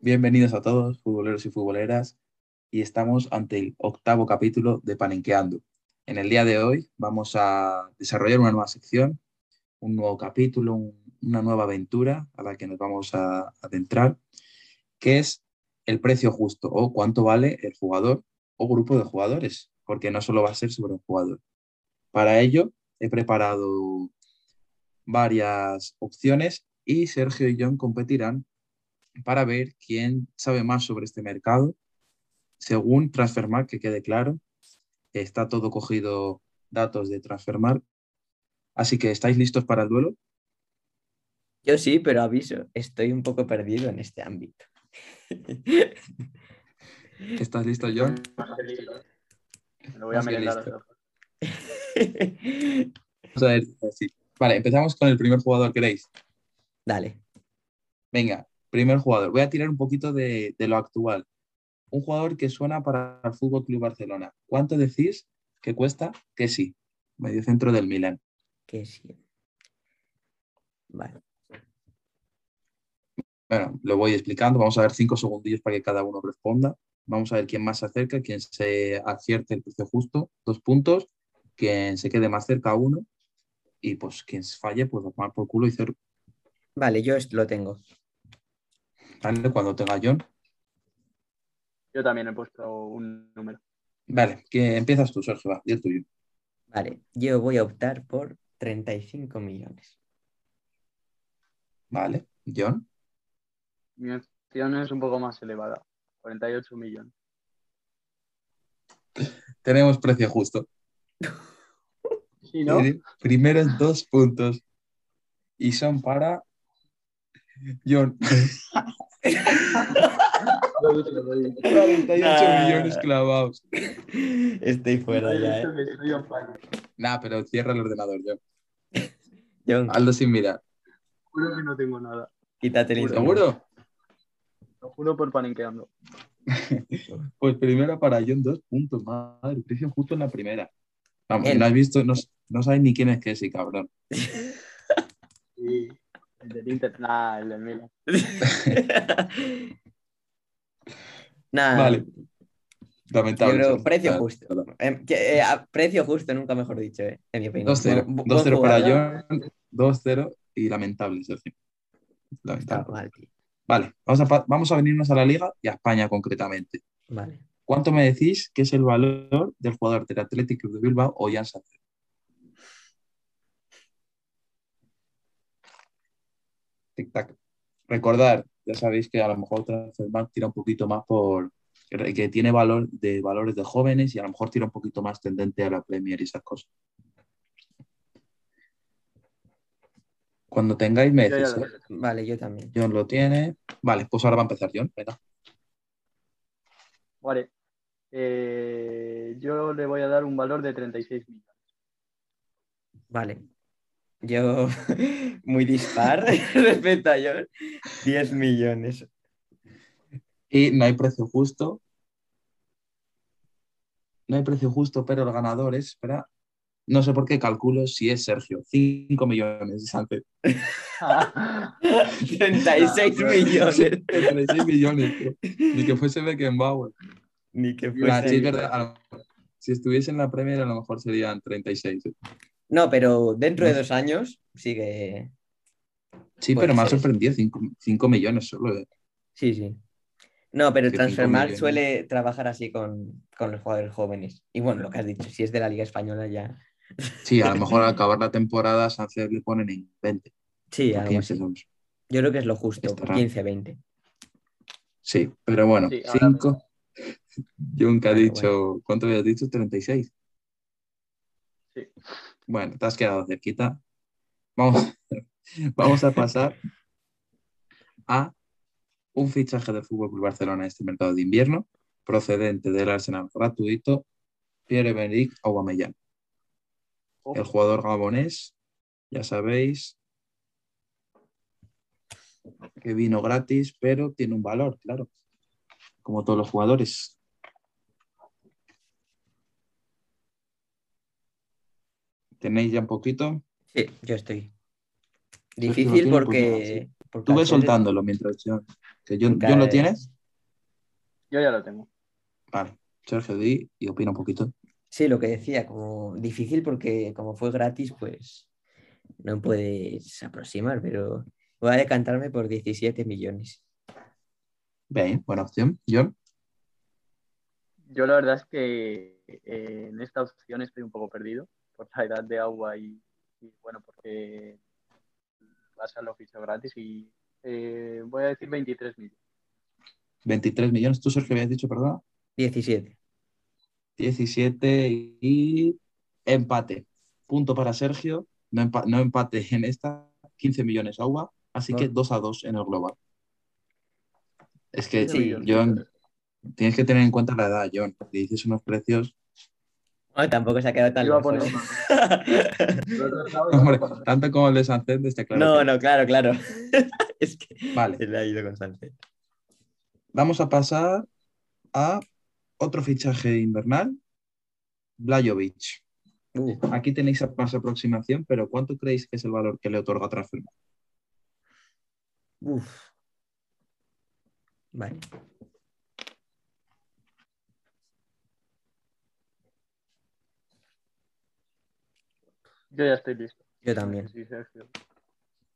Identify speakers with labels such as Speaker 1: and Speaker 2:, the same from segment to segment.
Speaker 1: Bienvenidos a todos, futboleros y futboleras, y estamos ante el octavo capítulo de Paninqueando. En el día de hoy vamos a desarrollar una nueva sección, un nuevo capítulo, un- una nueva aventura a la que nos vamos a adentrar, que es el precio justo o cuánto vale el jugador o grupo de jugadores, porque no solo va a ser sobre un jugador. Para ello he preparado varias opciones y Sergio y John competirán para ver quién sabe más sobre este mercado. Según Transfermarkt, que quede claro, está todo cogido datos de Transfermarkt. Así que, ¿estáis listos para el duelo?
Speaker 2: Yo sí, pero aviso, estoy un poco perdido en este ámbito.
Speaker 1: ¿Estás listo, John?
Speaker 3: Me lo voy a
Speaker 1: Más que
Speaker 3: merendar.
Speaker 1: listo.
Speaker 3: otra vez.
Speaker 1: Vamos a ver, sí. Vale, empezamos con el primer jugador, ¿queréis?
Speaker 2: Dale.
Speaker 1: Venga, primer jugador. Voy a tirar un poquito de, de lo actual. Un jugador que suena para el Fútbol Club Barcelona. ¿Cuánto decís que cuesta? Que sí. Mediocentro del Milan.
Speaker 2: Que sí. Vale.
Speaker 1: Bueno, lo voy explicando. Vamos a ver cinco segundillos para que cada uno responda. Vamos a ver quién más se acerca, quién se acierte el precio justo. Dos puntos. Quien se quede más cerca, uno. Y pues quien falle, pues va a tomar por culo y cero.
Speaker 2: Vale, yo es- lo tengo.
Speaker 1: Dale, cuando tenga John.
Speaker 3: Yo también he puesto un número.
Speaker 1: Vale, que empiezas tú, Sergio. Va, di el tuyo.
Speaker 2: Vale, yo voy a optar por 35 millones.
Speaker 1: Vale, John.
Speaker 3: Mi opción es un poco más elevada. 48 millones.
Speaker 1: Tenemos precio justo.
Speaker 3: Sí, ¿no?
Speaker 1: Tiene Primeros dos puntos. Y son para John. 48
Speaker 2: Nah.
Speaker 1: millones clavados.
Speaker 2: Estoy fuera ya, ¿eh?
Speaker 1: Nah, pero cierra el ordenador, John.
Speaker 2: John,
Speaker 1: Aldo sin mirar.
Speaker 3: Juro que no tengo nada.
Speaker 2: quítate el
Speaker 3: Pues
Speaker 2: internet.
Speaker 1: ¿Seguro?
Speaker 3: Lo juro por paninqueando.
Speaker 1: Pues primero para John, dos puntos. Madre, precio justo en la primera. Vamos,
Speaker 2: El-
Speaker 1: no has visto, no, no sabes ni quién es que sí, cabrón.
Speaker 3: Y el del Inter. Nah, el del Milan.
Speaker 2: Nada,
Speaker 1: Vale.
Speaker 2: yo
Speaker 1: Lamentable.
Speaker 2: creo
Speaker 1: Sergio.
Speaker 2: precio
Speaker 1: Vale,
Speaker 2: justo.
Speaker 1: perdón.
Speaker 2: Em, que, eh, a precio justo, nunca mejor dicho, ¿eh? En mi opinión.
Speaker 1: 2-0.
Speaker 2: Bu- buen
Speaker 1: 2-0 para
Speaker 2: jugador.
Speaker 1: John, 2-0 y lamentable, Sergio.
Speaker 2: Está
Speaker 1: Lamentable.
Speaker 2: mal, tío.
Speaker 1: Vale, vamos a, pa- vamos a venirnos a la liga y a España concretamente.
Speaker 2: Vale.
Speaker 1: ¿Cuánto me decís que es el valor del jugador del Athletic Club de Bilbao o Jan Sacer? Tic tac. Recordar, ya sabéis que a lo mejor Transfermarkt tira un poquito más por que tiene valor de valores de jóvenes y a lo mejor tira un poquito más tendente a la Premier y esas cosas. Cuando tengáis me
Speaker 3: Yo ya
Speaker 1: decís,
Speaker 3: lo
Speaker 1: ¿eh?
Speaker 3: tengo.
Speaker 2: Vale, yo también.
Speaker 1: John lo tiene. Vale, pues ahora va a empezar John. Venga.
Speaker 3: Vale. Eh, yo le voy a dar un valor de 36 millones.
Speaker 2: Vale. Yo, muy dispar respecto a John. 10 millones.
Speaker 1: Y no hay precio justo. No hay precio justo, pero el ganador es, espera, no sé por qué calculo si es Sergio. 5 millones de Sánchez.
Speaker 2: 36 millones.
Speaker 1: 36 millones, tío. Ni que fuese Beckenbauer.
Speaker 2: Ni que fuese.
Speaker 1: Nah, sí, es verdad, a lo- Si estuviese en la Premier, a lo mejor serían 36.
Speaker 2: No, pero dentro de dos años sigue.
Speaker 1: Sí,
Speaker 2: Puede
Speaker 1: pero me ha
Speaker 2: ser.
Speaker 1: sorprendido 5 millones solo. eh.
Speaker 2: Sí, sí. No, pero
Speaker 1: Que
Speaker 2: Transfermarkt
Speaker 1: cinco millones.
Speaker 2: suele trabajar así con, con los jugadores jóvenes. Y bueno, lo que has dicho, si es de la Liga Española ya.
Speaker 1: Sí, a lo mejor al acabar la temporada, a Sánchez le ponen en 20.
Speaker 2: Sí,
Speaker 1: o
Speaker 2: algo
Speaker 1: 15,
Speaker 2: así.
Speaker 1: vamos.
Speaker 2: Yo creo que es lo justo,
Speaker 1: Estará.
Speaker 2: 15-20.
Speaker 1: Sí, pero bueno,
Speaker 3: Sí, ahora pues.
Speaker 1: 5. Junca ha
Speaker 2: Bueno,
Speaker 1: dicho, ¿cuánto habías dicho? 36.
Speaker 3: Sí.
Speaker 1: Bueno, te has quedado cerquita. Vamos, vamos a pasar a un fichaje del Fútbol Club Barcelona en este mercado de invierno, procedente del Arsenal gratuito, Pierre-Emerick Aubameyang. El
Speaker 3: Ojo,
Speaker 1: jugador gabonés, ya sabéis, que vino gratis, pero tiene un valor, claro, como todos los jugadores. ¿Tenéis ya un poquito?
Speaker 2: Sí, yo estoy.
Speaker 1: Sergio lo
Speaker 2: Difícil
Speaker 1: tiene, pues
Speaker 2: porque
Speaker 1: nada, sí.
Speaker 2: por
Speaker 1: Tú ve
Speaker 2: placer.
Speaker 1: soltándolo mientras yo. Que yo,
Speaker 2: Nunca
Speaker 1: ¿John lo
Speaker 2: es-
Speaker 1: tienes?
Speaker 3: Yo ya lo tengo.
Speaker 1: Vale. Sergio, di y opina un poquito.
Speaker 2: Sí, lo que decía, como difícil porque como fue gratis, pues no puedes aproximar, pero voy a decantarme por 17 millones.
Speaker 1: Bien, buena opción. John,
Speaker 3: Yo la verdad es que eh, en esta opción estoy un poco perdido por la edad de agua y, y, bueno, porque vas al oficio gratis y eh, voy a decir 23 millones.
Speaker 1: 23 millones. Tú, Sergio, habías dicho, perdón.
Speaker 2: 17.
Speaker 1: 17 y empate. Punto para Sergio. No, empa- no empate en esta. 15 millones agua. Así que
Speaker 2: Bueno.
Speaker 1: 2 a 2 en el global. Es que,
Speaker 2: Sí,
Speaker 1: John, tienes que tener en cuenta la edad, John. porque Dices unos precios.
Speaker 2: Bueno, tampoco se ha quedado tan
Speaker 3: Iba a
Speaker 2: lejos,
Speaker 3: poner
Speaker 2: ¿eh?
Speaker 1: Hombre, tanto como el de Sanzet, está claro.
Speaker 2: No,
Speaker 1: que-
Speaker 2: no, claro, claro. es que
Speaker 1: Vale.
Speaker 2: se le ha ido constante.
Speaker 1: Vamos a pasar a otro fichaje invernal, Blajovic.
Speaker 2: Uh,
Speaker 1: Aquí tenéis a- más aproximación, pero ¿cuánto creéis que es el valor que le otorga Transfer?
Speaker 2: uf. Vale.
Speaker 3: Yo ya estoy listo.
Speaker 2: Yo también.
Speaker 3: Sí, Sergio.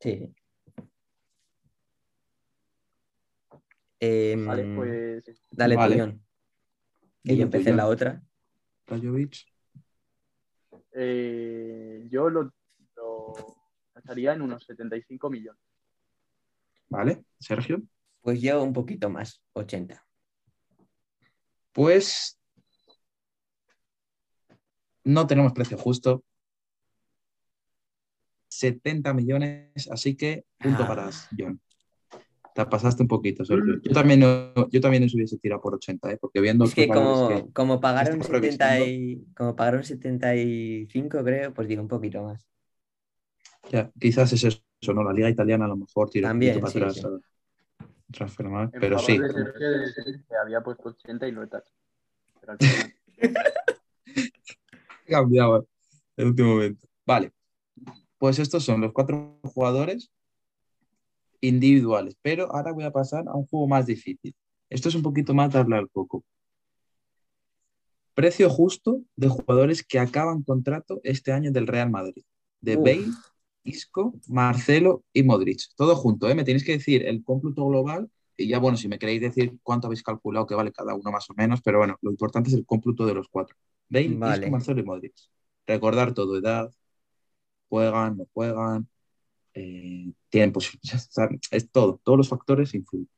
Speaker 2: Sí. Em,
Speaker 3: Vale,
Speaker 1: Mm.
Speaker 3: pues
Speaker 2: Dale,
Speaker 1: Vale.
Speaker 2: Tuñón, que yo empecé en la otra.
Speaker 1: Blajovic.
Speaker 3: eh, yo lo, lo gastaría en unos 75 millones.
Speaker 1: ¿Vale? Sergio.
Speaker 2: Pues yo un poquito más, 80.
Speaker 1: Pues no tenemos precio justo. 70 millones, así que punto
Speaker 2: Ah. Mm.
Speaker 1: para John. Te pasaste un poquito, Sergio. Yo también, no- yo también os hubiese tirado por 80, ¿eh? porque viendo
Speaker 2: Es que
Speaker 1: otros valores
Speaker 2: como,
Speaker 1: que-
Speaker 2: como pagaron
Speaker 1: estamos
Speaker 2: 70 y, como pagaron 75, creo, pues digo un poquito más.
Speaker 1: Ya, quizás es eso, ¿no? La liga italiana a lo mejor tira
Speaker 2: También,
Speaker 1: un poquito
Speaker 2: sí,
Speaker 1: para atrás
Speaker 2: sí.
Speaker 1: a transformar,
Speaker 3: En
Speaker 1: pero
Speaker 3: favor
Speaker 1: sí,
Speaker 3: de Sergio de decir que había puesto 80 y lo he tachado. Pero al final-
Speaker 1: cambiaba en último momento. Vale, pues estos son los cuatro jugadores individuales, pero ahora voy a pasar a un juego más difícil. Esto es un poquito más de hablar poco. Precio justo de jugadores que acaban contrato este año del Real Madrid. De
Speaker 2: Uf.
Speaker 1: Bale, Isco, Marcelo y Modric. Todo junto, ¿eh? Me tenéis que decir el cómputo global y ya, bueno, si me queréis decir cuánto habéis calculado que vale cada uno más o menos, pero bueno, lo importante es el cómputo de los cuatro. Bale,
Speaker 2: Vale.
Speaker 1: Isco, Marcelo y Modric. Recordar todo, edad, juegan, no juegan, eh, tiempo, ya está, es todo, todos los factores influyen.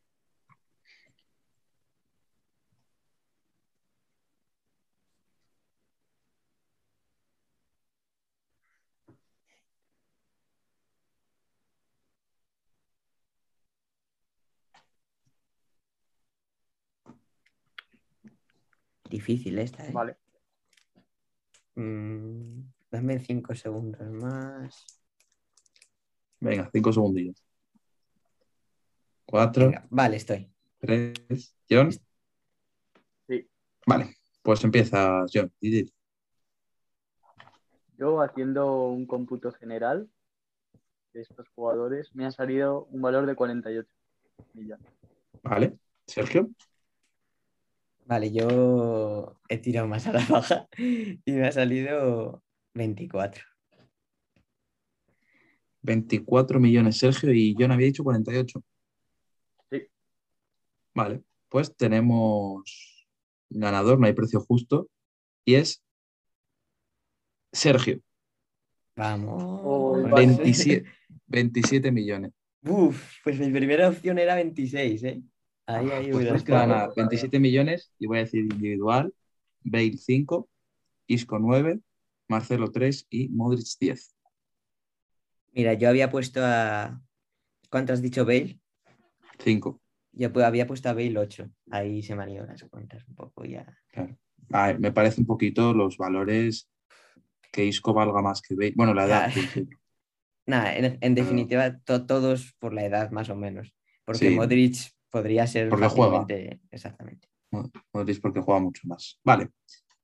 Speaker 2: Difícil esta, ¿eh?
Speaker 3: Vale,
Speaker 2: Mm, dame 5 segundos más.
Speaker 1: Venga, cinco segundillos. Cuatro,
Speaker 2: Venga, vale, estoy.
Speaker 1: tres, John.
Speaker 3: Sí.
Speaker 1: Vale, pues empieza John. Di- di.
Speaker 3: yo haciendo un cómputo general de estos jugadores, me ha salido un valor de 48 millones.
Speaker 1: Vale, Sergio.
Speaker 2: Vale, yo he tirado más a la baja y me ha salido 24.
Speaker 1: 24 millones, Sergio, y John había dicho 48.
Speaker 3: Sí.
Speaker 1: Vale, pues tenemos ganador, no hay precio justo, y es Sergio,
Speaker 2: Vamos.
Speaker 3: Oh, vale.
Speaker 1: 27, 27 millones.
Speaker 2: Uf, pues mi primera opción era 26, ¿eh? Ahí, ahí
Speaker 1: Pues
Speaker 2: hubiera
Speaker 1: tienes que
Speaker 2: estado.
Speaker 1: ganar 27 millones, y voy a decir individual, Bale 5, Isco 9, Marcelo 3 y Modric 10.
Speaker 2: Mira, yo había puesto a. ¿Cuánto has dicho, Bale?
Speaker 1: 5.
Speaker 2: Yo pu- había puesto a Bale 8. Ahí se me han ido las cuentas un poco ya.
Speaker 1: A ver, me parece un poquito los valores que Isco valga más que Bale. Bueno, la edad.
Speaker 2: Claro.
Speaker 1: quiero decir.
Speaker 2: Nada, en, en definitiva, to- todos por la edad más o menos. Porque
Speaker 1: Sí.
Speaker 2: Modric podría ser.
Speaker 1: Porque juega.
Speaker 2: fácilmente- Exactamente.
Speaker 1: Modric porque juega mucho más. Vale,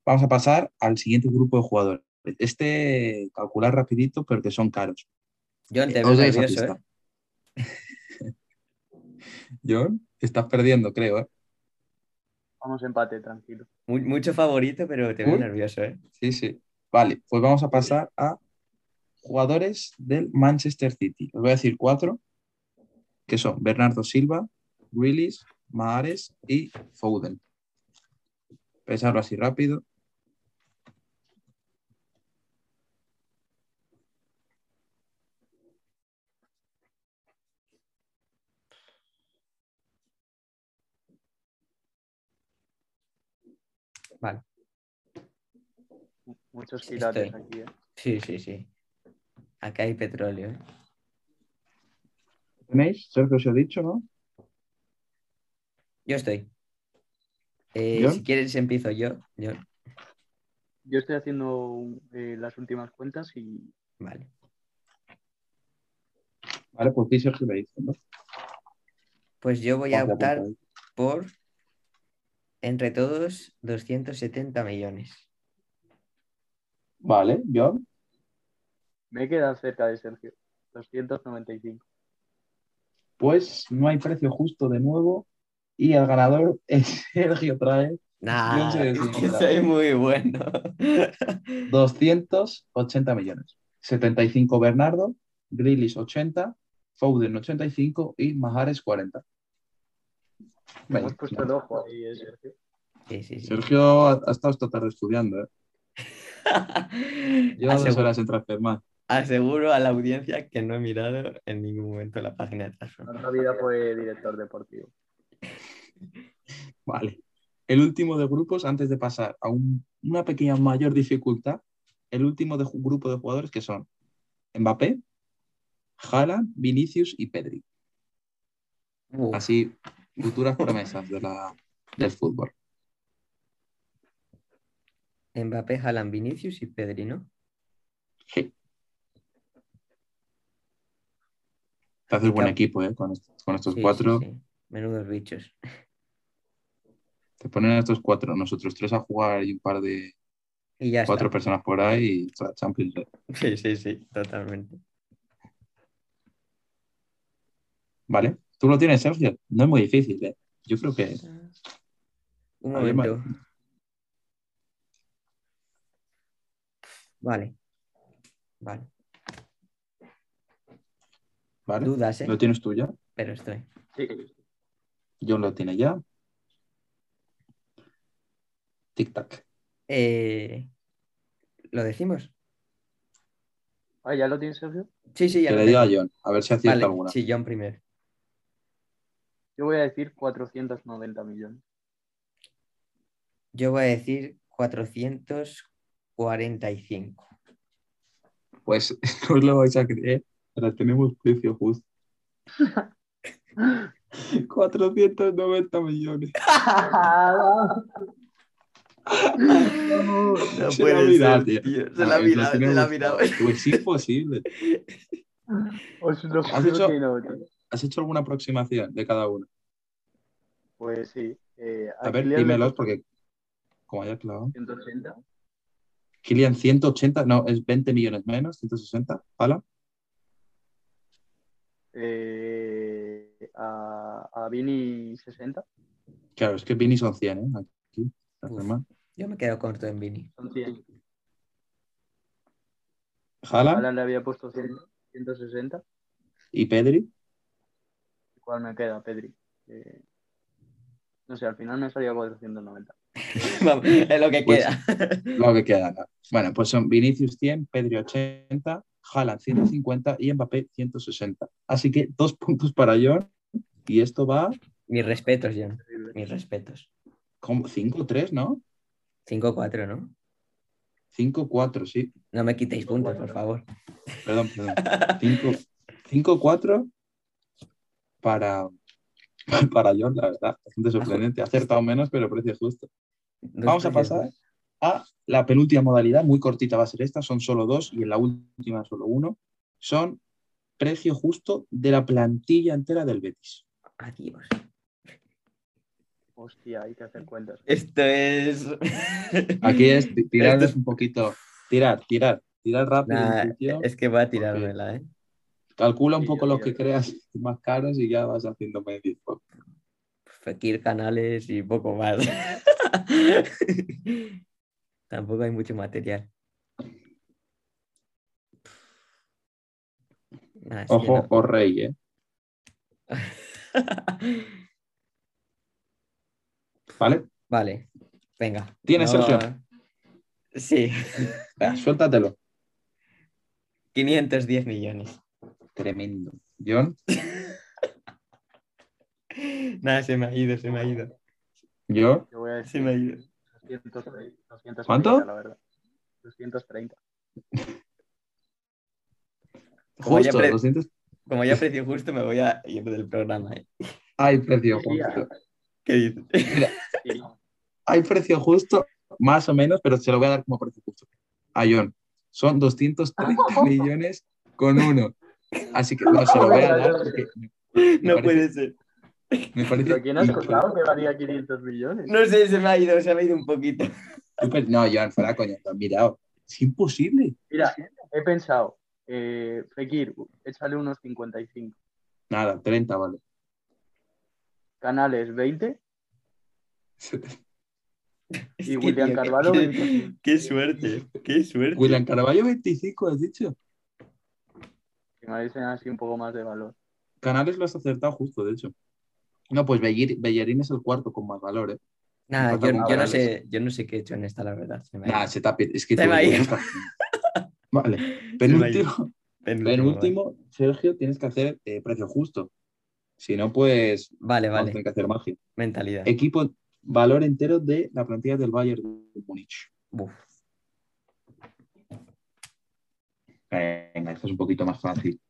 Speaker 1: vamos a pasar al siguiente grupo de jugadores. Este calcular rapidito, pero que son caros.
Speaker 2: John, te
Speaker 1: Os
Speaker 2: veo
Speaker 1: doy esa
Speaker 2: nervioso, ¿eh?
Speaker 1: pista. John, estás perdiendo, creo, ¿eh?
Speaker 3: Vamos empate, tranquilo.
Speaker 2: Mu- mucho favorito, pero te veo
Speaker 1: Uy.
Speaker 2: nervioso, ¿eh?
Speaker 1: Sí, sí. Vale, pues vamos a pasar a jugadores del Manchester City. Os voy a decir cuatro, que son Bernardo Silva, Grealish, Mahrez y Foden. Pensarlo así rápido.
Speaker 3: Muchos
Speaker 2: Sí,
Speaker 3: piratas
Speaker 2: estoy.
Speaker 3: aquí. ¿eh?
Speaker 2: Sí, sí, sí. Acá hay petróleo, ¿eh?
Speaker 1: ¿Tenéis? Sé que os he dicho, ¿no?
Speaker 2: Yo estoy. Eh,
Speaker 1: ¿Yo?
Speaker 2: si quieres empiezo yo. yo.
Speaker 3: Yo estoy haciendo eh, las últimas cuentas y
Speaker 2: Vale.
Speaker 1: Vale, pues sí, Sergio lo hizo, ¿no?
Speaker 2: Pues yo voy a
Speaker 1: Vamos a ¿eh?
Speaker 2: optar
Speaker 1: apuntar.
Speaker 2: por, entre todos, 270 millones.
Speaker 1: Vale, John.
Speaker 3: me he quedado cerca de Sergio. 295.
Speaker 1: Pues no hay precio justo de nuevo. Y el ganador es Sergio Trae,
Speaker 2: Nah,
Speaker 1: sé
Speaker 2: es
Speaker 1: decir
Speaker 2: que
Speaker 1: nada.
Speaker 2: soy muy bueno.
Speaker 1: 280 millones. 75 Bernardo, Grealish 80, Foden 85 y Mahares 40. Venga,
Speaker 3: Hemos puesto el ojo ahí, eh, Sergio.
Speaker 2: Sí, sí, sí.
Speaker 1: Sergio ha, ha estado esta tarde estudiando. ¿eh? Lleva dos
Speaker 2: Asegu-
Speaker 1: horas en transfermar.
Speaker 2: aseguro a la audiencia que no he mirado en ningún momento la página de transfer.
Speaker 3: Toda la vida fue director deportivo.
Speaker 1: Vale. El último de grupos, antes de pasar a un- una pequeña mayor dificultad, el último de ju- grupo de jugadores que son Mbappé, Haaland, Vinicius y Pedri.
Speaker 2: Uf,
Speaker 1: Así, futuras promesas de la, del fútbol.
Speaker 2: Mbappé, Haaland, Vinicius y Pedri, ¿no?
Speaker 1: Sí. Te haces buen equipo, ¿eh? Con, est- con estos
Speaker 2: Sí, sí,
Speaker 1: cuatro.
Speaker 2: sí. Menudos bichos.
Speaker 1: Te ponen a estos cuatro, nosotros tres a jugar y un par de
Speaker 2: Y ya
Speaker 1: cuatro personas por ahí y cha- Champions League.
Speaker 2: está. Sí, sí, sí, totalmente.
Speaker 1: ¿Vale? Tú lo tienes, Sergio. No es muy difícil, ¿eh? Yo creo que.
Speaker 2: Un
Speaker 1: Alguien más.
Speaker 2: momento. Vale. Vale.
Speaker 1: ¿Vale?
Speaker 2: Dudas, ¿eh?
Speaker 1: ¿Lo tienes tú ya?
Speaker 2: Pero estoy.
Speaker 3: Sí,
Speaker 1: John lo tiene ya. Tic-tac.
Speaker 2: Eh, ¿Lo decimos?
Speaker 3: Ah, ¿ya lo tienes, Sergio?
Speaker 2: Sí, sí, ya
Speaker 1: Que
Speaker 2: lo
Speaker 1: le diga a
Speaker 2: tengo.
Speaker 1: John, a ver si acierta
Speaker 2: Vale,
Speaker 1: alguna.
Speaker 2: sí, John primero.
Speaker 3: Yo voy a decir 490 millones.
Speaker 2: Yo voy a decir 445.
Speaker 1: Pues no os lo vais a creer, pero tenemos precio justo. 490 millones.
Speaker 2: No
Speaker 1: Se la ha mirado, tío.
Speaker 2: Se la ha
Speaker 1: Ay, no
Speaker 2: mirado,
Speaker 1: tiene
Speaker 2: se la ha
Speaker 1: gusto.
Speaker 2: mirado.
Speaker 1: Pues es imposible.
Speaker 3: Os lo
Speaker 1: ¿Has
Speaker 3: juro
Speaker 1: hecho?
Speaker 3: que no, tío.
Speaker 1: ¿Has hecho alguna aproximación de cada uno?
Speaker 3: Pues sí. eh,
Speaker 1: A ver,
Speaker 3: Kylian
Speaker 1: dímelos porque, como haya clavado.
Speaker 3: 180.
Speaker 1: Kilian, 180, no, es 20 millones menos, 160. Hala,
Speaker 3: eh, a, a Vini 60.
Speaker 1: claro, es que Vini son 100, ¿eh? Aquí, la
Speaker 2: Uf.
Speaker 1: firma.
Speaker 2: Yo me quedo corto en Vini.
Speaker 3: Son 100.
Speaker 1: Haaland
Speaker 3: Alan le había puesto 100, 160.
Speaker 1: y Pedri.
Speaker 3: ¿Cuál me queda, Pedri? Eh, no sé, al final me salía 490.
Speaker 2: Vamos, es lo que
Speaker 1: Pues-
Speaker 2: queda.
Speaker 1: Lo que queda. ¿no? Bueno, pues son Vinicius 100, Pedri 80, Haaland 150 y Mbappé 160. Así que dos puntos para John. Y esto va
Speaker 2: Mis respetos, John.
Speaker 3: Terrible.
Speaker 2: Mis respetos.
Speaker 1: como 5-3, ¿no?
Speaker 2: 5-4, ¿no?
Speaker 1: 5-4, sí.
Speaker 2: No me quitéis puntos, por favor.
Speaker 1: Perdón, perdón. 5-4 para, para John, la verdad. Bastante sorprendente. Ha acertado menos, pero precio justo.
Speaker 2: Dos
Speaker 1: Vamos a
Speaker 2: precios
Speaker 1: pasar.
Speaker 2: más.
Speaker 1: A la penúltima modalidad, muy cortita va a ser esta, son solo dos y en la última solo uno. Son precio justo de la plantilla entera del Betis.
Speaker 2: Adiós.
Speaker 3: Hostia, hay que hacer cuentas.
Speaker 2: Esto es.
Speaker 1: Aquí es
Speaker 2: Este
Speaker 1: ti- tirarles
Speaker 2: Esto-
Speaker 1: un poquito. Tirar, tirar, tirar rápido.
Speaker 2: Nah,
Speaker 1: intuición.
Speaker 2: es que voy a tirármela, ¿eh?
Speaker 1: Calcula un
Speaker 3: Sí,
Speaker 1: poco
Speaker 3: yo
Speaker 1: los
Speaker 3: creo
Speaker 1: que
Speaker 3: que-
Speaker 1: creas más caros y ya vas haciendo medio.
Speaker 2: Fekir Canales y poco más. Tampoco hay mucho material. Nada, es que
Speaker 1: Ojo,
Speaker 2: no.
Speaker 1: o rey, ¿eh? ¿Vale?
Speaker 2: Vale, venga.
Speaker 1: Tienes, Sergio.
Speaker 2: Sí,
Speaker 1: Venga, suéltatelo.
Speaker 2: 510 millones.
Speaker 1: Tremendo. John,
Speaker 2: Nada, se me ha ido, se me ha ido.
Speaker 1: yo,
Speaker 3: Yo voy a
Speaker 2: Se
Speaker 3: decir
Speaker 2: me ha ido.
Speaker 3: 230, 230,
Speaker 1: ¿Cuánto?
Speaker 3: la verdad. 230.
Speaker 2: Como ya
Speaker 1: justo,
Speaker 2: pre-
Speaker 1: 200.
Speaker 2: Como ya precio justo, me voy a ir del programa. ¿eh?
Speaker 1: Hay precio
Speaker 3: Sí, ya.
Speaker 1: justo.
Speaker 2: ¿Qué dices?
Speaker 3: Sí,
Speaker 1: Hay precio justo, más o menos, pero se lo voy a dar como precio justo. A John, son 230 millones con uno. Así que no se lo voy a dar porque
Speaker 2: No
Speaker 1: parece-
Speaker 2: puede ser.
Speaker 1: me parece.
Speaker 3: ¿Pero quién has
Speaker 1: injusto.
Speaker 3: contado que valía 500 millones?
Speaker 2: No sé, se me ha ido, se me ha ido un poquito.
Speaker 1: Tú pe- No, Joan, fuera coño, te has mirado. Es imposible.
Speaker 3: Mira, he pensado, eh, Fekir, échale unos 55.
Speaker 1: Nada, 30, vale.
Speaker 3: Canales, 20.
Speaker 2: Es que,
Speaker 3: Y William
Speaker 2: tío, qué-
Speaker 3: Carvalho,
Speaker 2: qué-
Speaker 3: 25.
Speaker 2: Qué suerte, qué suerte.
Speaker 1: William Caraballo, 25, has dicho.
Speaker 3: Que me dicen así un poco más de valor.
Speaker 1: Canales lo has acertado justo, de hecho. No, pues Bellir- Bellerín es el cuarto con más valor, ¿eh?
Speaker 2: Nada, yo,
Speaker 1: Empatado con
Speaker 2: yo no
Speaker 1: Morales.
Speaker 2: sé, yo no sé qué he hecho en esta, la verdad. Se me ha ido.
Speaker 1: Nah, se tapa. Es que
Speaker 2: Se me ha ido.
Speaker 1: está- Vale.
Speaker 2: Se me ha ido.
Speaker 1: Penúltimo,
Speaker 2: Penúltimo.
Speaker 1: penúltimo, Sergio, tienes que hacer eh, precio justo. Si no, pues
Speaker 2: Vale,
Speaker 1: vamos a Eh.
Speaker 2: vale.
Speaker 1: tener que hacer magia.
Speaker 2: Mentalidad.
Speaker 1: Equipo, valor entero de la plantilla del Bayern de Múnich.
Speaker 2: Buf.
Speaker 1: Venga, esto es un poquito más fácil.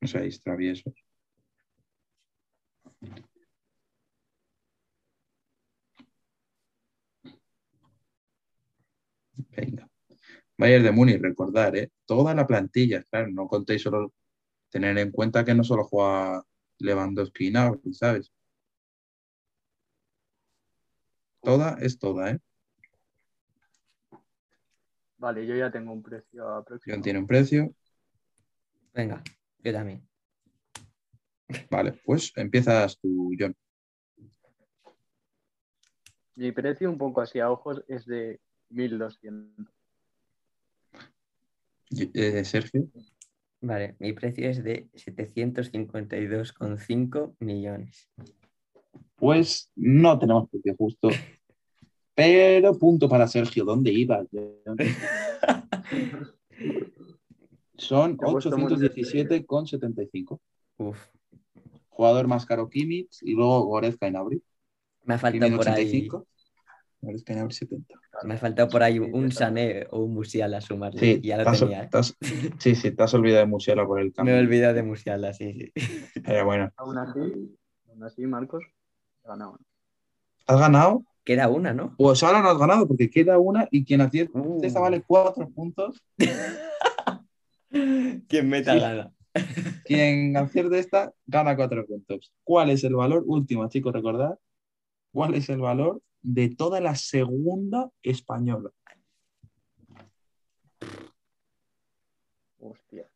Speaker 1: No seáis traviesos. Venga. Bayern de Múnich, recordar, ¿eh? Toda la plantilla, claro, no contéis solo. Tener en cuenta que no solo juega Lewandowski y Gnabry, ¿sabes? Toda es toda, ¿eh?
Speaker 3: Vale, yo ya tengo un precio
Speaker 1: John
Speaker 3: aproximado.
Speaker 1: tiene un precio.
Speaker 2: Venga, yo también.
Speaker 1: Vale, pues empiezas tú, John.
Speaker 3: Mi precio, un poco así a ojos, es de 1200.
Speaker 1: Eh, Sergio,
Speaker 2: Vale, mi precio es de 752,5 millones.
Speaker 1: pues no tenemos precio justo. Pero punto para Sergio, ¿dónde ibas? John? Son
Speaker 3: Te ha puesto muy
Speaker 1: 817,75.
Speaker 2: Uf,
Speaker 1: Jugador más caro Kimmich y luego Goretzka y Nabri.
Speaker 2: me ha faltado
Speaker 1: Kimmich
Speaker 2: por ahí,
Speaker 1: 85, Goretzka y Gnabry 70.
Speaker 2: me ha faltado por ahí un
Speaker 3: Sí, sí,
Speaker 2: Sané o un Musiala sumarle.
Speaker 1: Sí,
Speaker 2: ya
Speaker 1: te
Speaker 2: lo
Speaker 1: has-
Speaker 2: tenía. ¿eh?
Speaker 1: te has- sí, sí, te has olvidado de Musiala por el
Speaker 2: Me he
Speaker 1: cambio.
Speaker 2: olvidado de Musiala, sí, sí.
Speaker 1: Pero bueno,
Speaker 3: Aún así, aún así, Marcos, ganaba.
Speaker 1: has ganado.
Speaker 2: Queda una, ¿no?
Speaker 1: Pues ahora no has ganado porque queda una y quien acierta
Speaker 2: Uh.
Speaker 1: esta vale cuatro puntos.
Speaker 2: ¿Quién meta
Speaker 1: Sí.
Speaker 2: gana?
Speaker 1: Quien acierte esta gana cuatro puntos. ¿Cuál es el valor? Último, chicos, recordad. ¿Cuál es el valor de toda la segunda española?
Speaker 3: Hostias.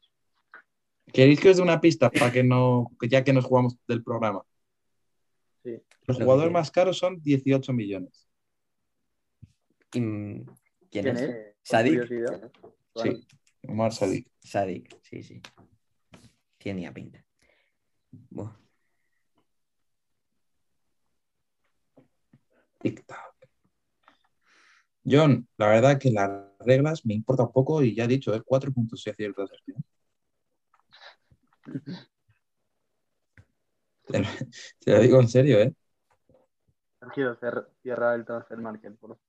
Speaker 1: ¿Queréis que os dé una pista para que no, que ya que nos jugamos del programa?
Speaker 3: Sí.
Speaker 1: Los
Speaker 2: Lo que
Speaker 1: jugadores
Speaker 2: quieras.
Speaker 1: más caros son 18 millones.
Speaker 2: ¿Quién, mm, quién
Speaker 3: ¿Quién
Speaker 2: es?
Speaker 3: es?
Speaker 2: Sadik.
Speaker 3: Por curiosidad. Vale.
Speaker 1: Sí. Omar Sadik.
Speaker 2: Sadik, sí, sí. Tenía pinta. Buah,
Speaker 1: Tic-tac. John, la verdad que las reglas me importan poco y ya he dicho, es cuatro puntos si aciertas. Te, lo- te lo digo en serio, ¿eh?
Speaker 3: Sergio, cer- cierra el transfer market, por favor.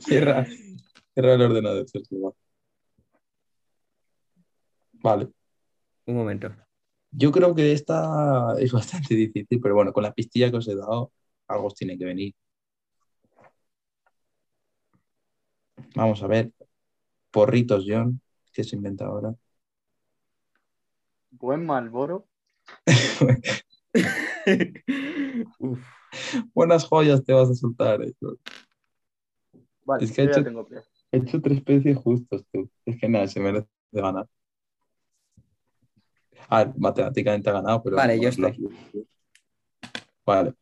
Speaker 1: cierra, cierra el ordenador, Sergio, va. Vale.
Speaker 2: Un momento.
Speaker 1: Yo creo que esta es bastante difícil, pero bueno, con la pistilla que os he dado, algo os tiene que venir. Vamos a ver. Porritos John, que se inventa ahora.
Speaker 3: Buen Malboro.
Speaker 2: Uf,
Speaker 1: Buenas joyas te vas a soltar, eh, John.
Speaker 3: Vale,
Speaker 1: Es que
Speaker 3: yo
Speaker 1: ha
Speaker 3: ya
Speaker 1: hecho-
Speaker 3: tengo play.
Speaker 1: He hecho tres especies justos, tú. Es que nada, se merece ganar. Ah, matemáticamente ha ganado, pero.
Speaker 2: Vale, yo estoy.
Speaker 1: Vale.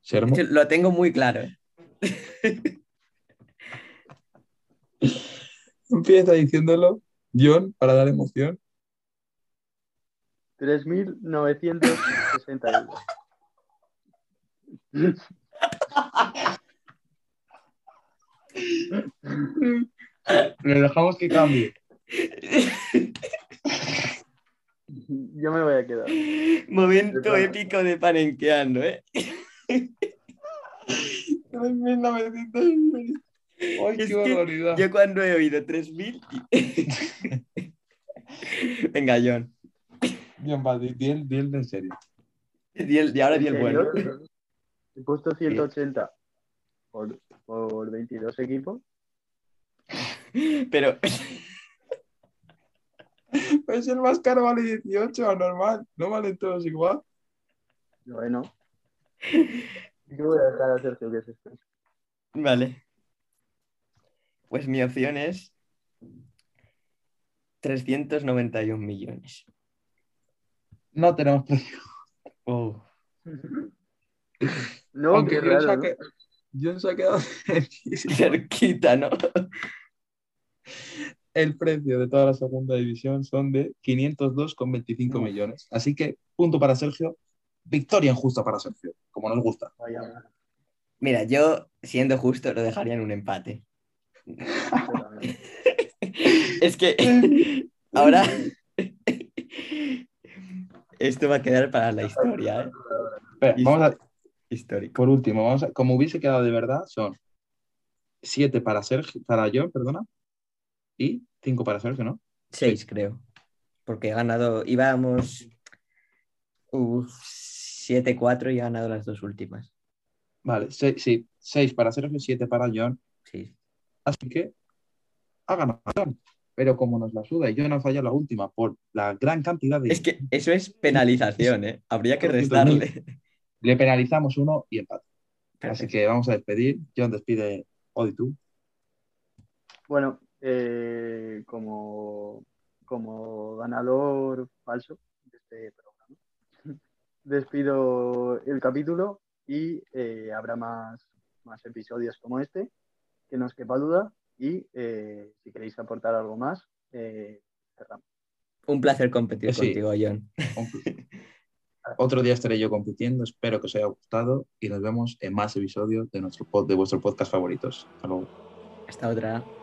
Speaker 1: Sermo.
Speaker 2: Esto Lo tengo muy claro. ¿eh?
Speaker 1: Empieza diciéndolo, John, para dar emoción.
Speaker 3: 3.960 euros.
Speaker 1: Le dejamos que cambie.
Speaker 3: Yo me voy a quedar.
Speaker 2: ¿eh? Momento
Speaker 3: Perdona.
Speaker 2: épico de panenqueando, ¿eh?
Speaker 1: 3.900 ¡Ay,
Speaker 2: Es
Speaker 1: qué
Speaker 2: que
Speaker 1: barbaridad!
Speaker 2: Yo cuando he oído 3000. y- Venga, John.
Speaker 1: Bien, va, di- di el- di el de en serio.
Speaker 2: Y, el- y ahora di el bueno.
Speaker 3: Yo He puesto 180 por, por 22 equipos.
Speaker 2: Pero
Speaker 1: Pues el más caro vale 18, normal. No valen todos igual.
Speaker 3: Bueno. Yo voy a dejar a Sergio que se esté.
Speaker 2: Vale. Pues mi opción es 391 millones.
Speaker 1: No tenemos
Speaker 2: Oh,
Speaker 3: No,
Speaker 1: Aunque
Speaker 3: qué
Speaker 1: John,
Speaker 3: raro,
Speaker 1: se ha
Speaker 3: ¿no?
Speaker 1: que- John se ha quedado cerquísimo.
Speaker 2: cerquita, ¿no?
Speaker 1: El precio de toda la segunda división son de 502,25
Speaker 2: Uf.
Speaker 1: millones. Así que, punto para Sergio. Victoria injusta para Sergio, como nos gusta.
Speaker 3: Vaya,
Speaker 2: Mira, yo, siendo justo, lo dejaría en un empate.
Speaker 3: sinceramente.
Speaker 2: Es que ahora esto va a quedar para la historia, ¿eh?
Speaker 1: Espera,
Speaker 2: Y-
Speaker 1: vamos a,
Speaker 2: Histórico.
Speaker 1: por último, vamos a- como hubiese quedado de verdad, son 7 para Sergio, para John, perdona, y 5 para Sergio, ¿no?
Speaker 2: Seis, creo. Porque he ganado, íbamos uf, 7-4 y he ganado las dos últimas.
Speaker 1: Vale, se- sí, 6 para Sergio, 7 para John.
Speaker 2: Sí.
Speaker 1: Así que ha ganado John. Pero como nos la suda y John ha fallado la última por la gran cantidad de
Speaker 2: Es que eso es penalización, ¿eh? Habría que
Speaker 1: 400.000.
Speaker 2: restarle.
Speaker 1: Le penalizamos uno y empate. Así
Speaker 2: Perfecto.
Speaker 1: que vamos a despedir. John despide hoy tú.
Speaker 3: Bueno, eh, como, como ganador falso de este programa, despido el capítulo y eh, habrá más, más episodios como este, que nos quepa duda, y eh, si queréis aportar algo más, eh, cerramos.
Speaker 2: Un placer competir
Speaker 1: Pues Sí.
Speaker 2: contigo, John.
Speaker 1: Otro día estaré yo compitiendo. Espero que os haya gustado y nos vemos en más episodios de, nuestro pod- de vuestro podcast favoritos. Hasta luego.
Speaker 2: Hasta otra.